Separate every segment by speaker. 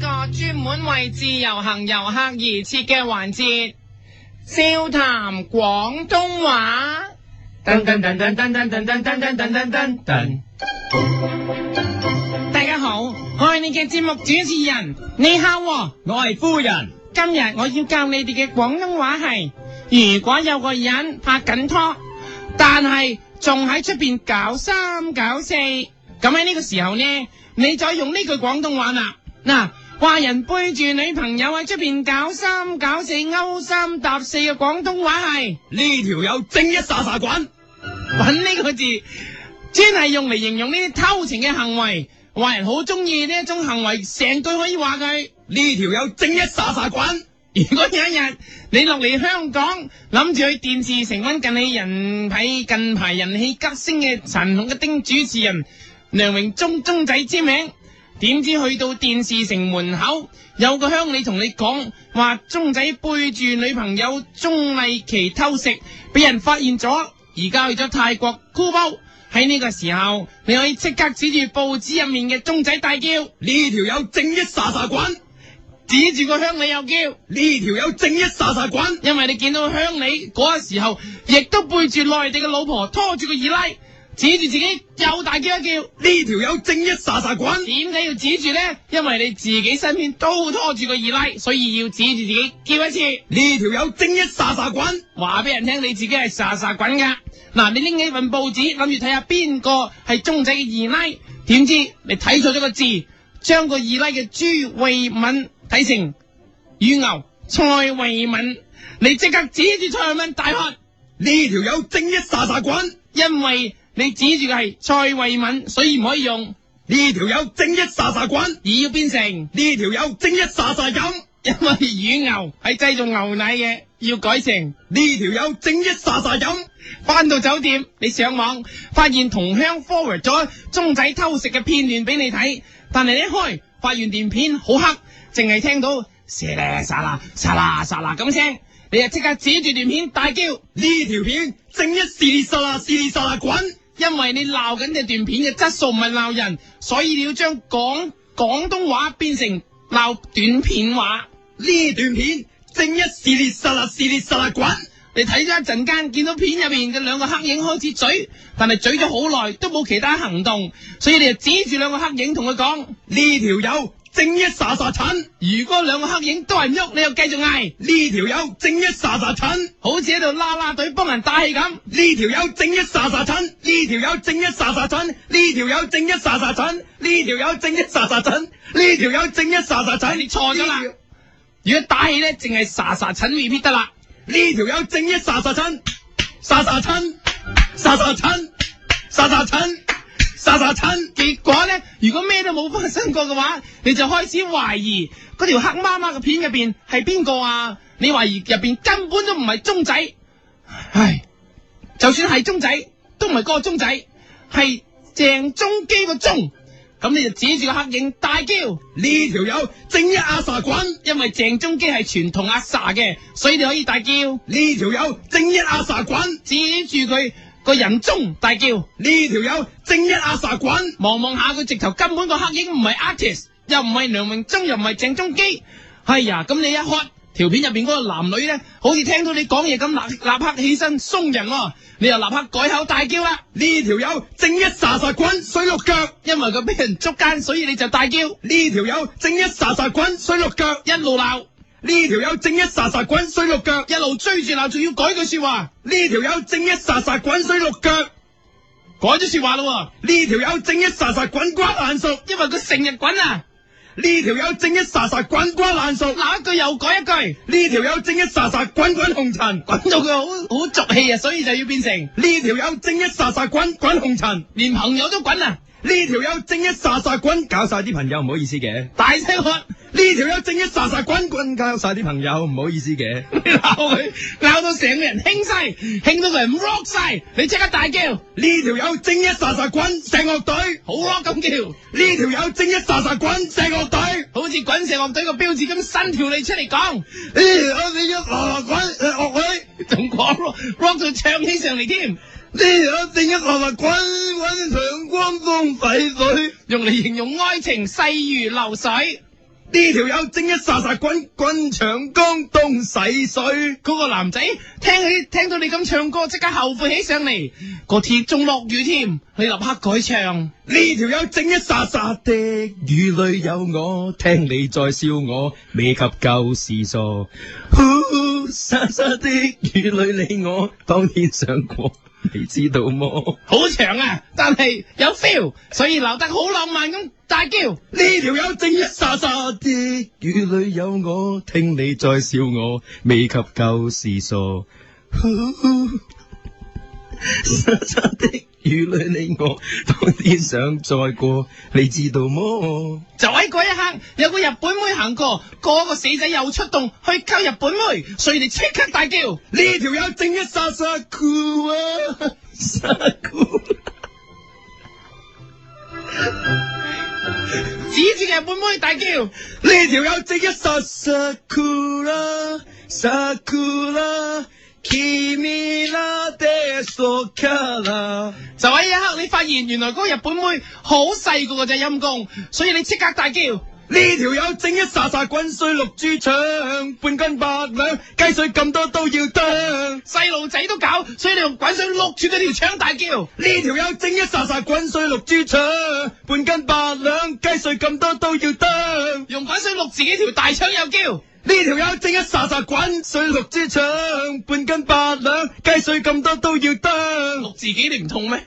Speaker 1: 個專門為自由行遊客而設嘅環節，笑談廣東話。
Speaker 2: 噔噔噔噔噔噔噔噔噔噔噔噔噔。
Speaker 1: 大家好，我係你嘅節目主持人，你好喎。
Speaker 2: 我係夫人，
Speaker 1: 今日我要教你哋嘅廣東話係：如果有個人拍緊拖，但係仲喺出邊搞三搞四，咁喺呢個時候呢，你再用呢句廣東話啦。嗱，話人背住女朋友喺出邊搞三搞四、勾三搭四嘅廣東話係
Speaker 2: 呢條友正一撒撒滾，
Speaker 1: 揾呢個字，專係用嚟形容呢啲偷情嘅行為。話人好中意呢一種行為，成句可以話佢。
Speaker 2: 呢條友正一撒撒滾，
Speaker 1: 如果有一日你落嚟香港，諗住去電視城揾近你人睇近排人氣急升嘅陳紅嘅丁主持人梁榮忠忠仔之名，點知去到電視城門口有個鄉里同你講話，忠仔背住女朋友鍾麗琪偷食，俾人發現咗，而家去咗泰國箍煲。喺呢個時候，你可以即刻指住報紙入面嘅忠仔大叫，
Speaker 2: 呢條友正一撒撒滾，
Speaker 1: 指住個鄉里又叫。
Speaker 2: 呢條友正一撒撒滾，
Speaker 1: 因為你見到鄉里嗰個時候，亦都背住內地嘅老婆，拖住個二奶，指住自己又大叫一叫。
Speaker 2: 呢條友正一撒撒滾，
Speaker 1: 點解要指住呢？因為你自己身邊都拖住個二奶，所以要指住自己叫一次，
Speaker 2: 呢條友正一撒撒滾，
Speaker 1: 話俾人聽你自己係沙沙滾噶。嗱，你拎起份報紙，諗住睇下邊個係忠仔嘅二奶，點知你睇錯咗個字，將個二奶嘅朱慧敏睇成乳牛蔡慧敏，你即刻指住蔡慧敏大喝。
Speaker 2: 呢條友正一撒撒滾，
Speaker 1: 因為你指住嘅係蔡慧敏，所以唔可以用，
Speaker 2: 呢條友正一撒撒滾，
Speaker 1: 而要變成，
Speaker 2: 呢條友正一撒撒飲，
Speaker 1: 因為乳牛係製造牛奶嘅，要改成。
Speaker 2: 呢條友正一撒撒飲，
Speaker 1: 翻到酒店，你上網發現同鄉 forward 咗中仔偷食嘅片段俾你睇，但係你一開發現段片好黑，淨係聽到沙啦沙啦沙啦沙啦咁聲，你就即刻指住段片大叫，
Speaker 2: 呢條片正一是哩撒啦是哩撒啦滾。
Speaker 1: 因為你鬧緊嘅段片嘅質素唔係鬧人，所以你要將講廣東話變成鬧短片話。
Speaker 2: 呢段片正一是列實啦，是列實啦，滾！
Speaker 1: 你睇咗一陣間，見到片入面嘅兩個黑影開始嘴，但係嘴咗好耐都冇其他行動，所以你就指住兩個黑影同佢講：
Speaker 2: 呢條友正一撒撒蠢，
Speaker 1: 如果兩個黑影都係唔喐，你又繼續嗌，
Speaker 2: 呢條友正一撒撒蠢，
Speaker 1: 好似喺度啦啦隊幫人打氣咁。
Speaker 2: 呢條友正一撒撒蠢，呢條友正一撒撒蠢，呢條友正一撒撒蠢，呢條友正一撒撒蠢，呢條友正一撒撒蠢，
Speaker 1: 哎你錯咗啦！如果打氣咧，淨係沙沙陳 repeat 得啦。
Speaker 2: 呢條友正一撒撒蠢，撒撒蠢，撒撒蠢，撒撒蠢，撒撒蠢，
Speaker 1: 結果咧，如果咩都冇發生過嘅話，你就開始懷疑嗰條黑媽媽嘅片入邊係邊個啊？你懷疑入邊根本都唔係忠仔，唉，就算係忠仔，都唔係嗰個忠仔，係鄭中基個忠。咁你就指住個黑影大叫，
Speaker 2: 呢條友正一阿撒滾，
Speaker 1: 因為鄭中基係傳統阿 sa 嘅，所以你可以大叫，
Speaker 2: 呢條友正一阿撒滾。
Speaker 1: 指住佢個人中大叫。
Speaker 2: 呢條友正一阿 sa 滾，
Speaker 1: 望望下佢直頭根本個黑影唔係 artist，又唔係梁榮忠，又唔係鄭中基。係呀，咁你一喝條片入邊嗰個男女咧，好似聽到你講嘢咁，立立刻起身鬆人喎、你又立刻改口大叫啦，
Speaker 2: 呢條友正一 sa sa 滾水六腳，
Speaker 1: 因為佢俾人捉奸，所以你就大叫，
Speaker 2: 呢條友正一 sa sa 滾水六腳，
Speaker 1: 一路鬧，
Speaker 2: 呢條友正一 sa sa 滾水六腳，
Speaker 1: 一路追住鬧，仲要改句說話，
Speaker 2: 呢條友正一 sa sa 滾水六腳，
Speaker 1: 改咗說話咯、
Speaker 2: 呢條友正一 sa sa 滾瓜爛熟，
Speaker 1: 因為佢成日滾啊，
Speaker 2: 呢條友正一 sa sa 滾瓜爛熟，
Speaker 1: 鬧一句又改一句，
Speaker 2: 呢條友正一 sa sa 滾滾紅塵，
Speaker 1: 滾到佢好好俗氣啊，所以就要變成
Speaker 2: 呢條友正一 sa sa 滾滾紅塵，
Speaker 1: 連朋友都滾啊，
Speaker 2: 呢條友正一 sa sa 滾，搞晒啲朋友唔好意思嘅，
Speaker 1: 大聲喝。
Speaker 2: 呢條友正一 sa sa 滾滾搞晒啲朋友唔好意思嘅。
Speaker 1: 你 鬧佢，鬧到成個人興晒，興到個人 rock 晒，你即刻大叫，
Speaker 2: 呢條友正一撒撒滾石樂隊，
Speaker 1: 好 rock 咁叫，
Speaker 2: 呢條友正一撒撒滾石樂隊，
Speaker 1: 好似滾石樂隊個標誌咁伸條脷出嚟講，
Speaker 2: 呢條友正一撒撒滾石樂隊，
Speaker 1: 仲講 rock rock 到唱起上嚟添，
Speaker 2: 呢條友正一撒撒滾滾上光東洗水，
Speaker 1: 用嚟形容愛情細如流水。
Speaker 2: 呢條友正一霎霎滾滾長江東逝水。
Speaker 1: 嗰個男仔聽起聽到你咁唱歌，即刻後悔起上嚟。個鐵仲落雨添，你立刻改唱。
Speaker 2: 呢條友正一霎霎的雨裏有我，聽你在笑我，未及舊時傻。呼沙沙的雨裏你我，當天想過，你知道麼？
Speaker 1: 好長啊，但係有 feel，所以劉德好浪漫咁大叫。
Speaker 2: 呢條友正一霎霎的雨裏有我，聽你在笑我，未及舊時傻。呼沙沙的雨裏你我，當天想再過，你知道麼？
Speaker 1: 就喺嗰一刻，有個日本妹行過，嗰個死仔又出動去溝日本妹，所以你即刻大叫。
Speaker 2: 呢條友正一殺殺酷啊，殺酷！
Speaker 1: 指住日本妹大叫。
Speaker 2: 呢條友正一殺殺酷啦，殺酷啦，君啦的索卡啦。
Speaker 1: 就喺一刻，你發現原來嗰個日本妹好細個嘅啫，陰公，所以你即刻大叫。
Speaker 2: 呢條友正一殺殺滾水六豬腸，半斤八兩，雞水咁多都要啄。
Speaker 1: 細路仔都搞，所以你用滾水碌住佢條腸大叫。
Speaker 2: 呢條友正一殺殺滾水六豬腸，半斤八兩，雞水咁多都要啄。
Speaker 1: 用滾水淥自己條大腸又叫，
Speaker 2: 呢條友正一霎霎滾水六支腸，半斤八兩，雞水咁多都要得。
Speaker 1: 淥自己你唔痛咩？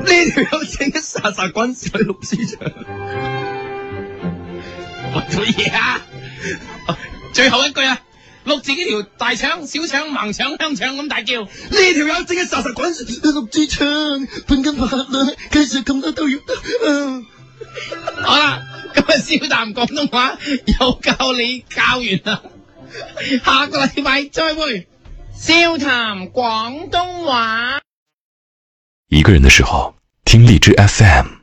Speaker 2: 呢條友正一霎霎滾水六支腸。
Speaker 1: 我做嘢啊！最後一句啊，淥自己條大腸、小腸、盲腸、香腸咁大叫，
Speaker 2: 呢條友正一霎霎滾水六支腸，半斤八兩，雞水咁多都要得。
Speaker 1: 好啦，今日笑談廣東話又教你教完啦，下個禮拜再會，笑談廣東話。
Speaker 3: 一个人的时候，听荔枝 FM。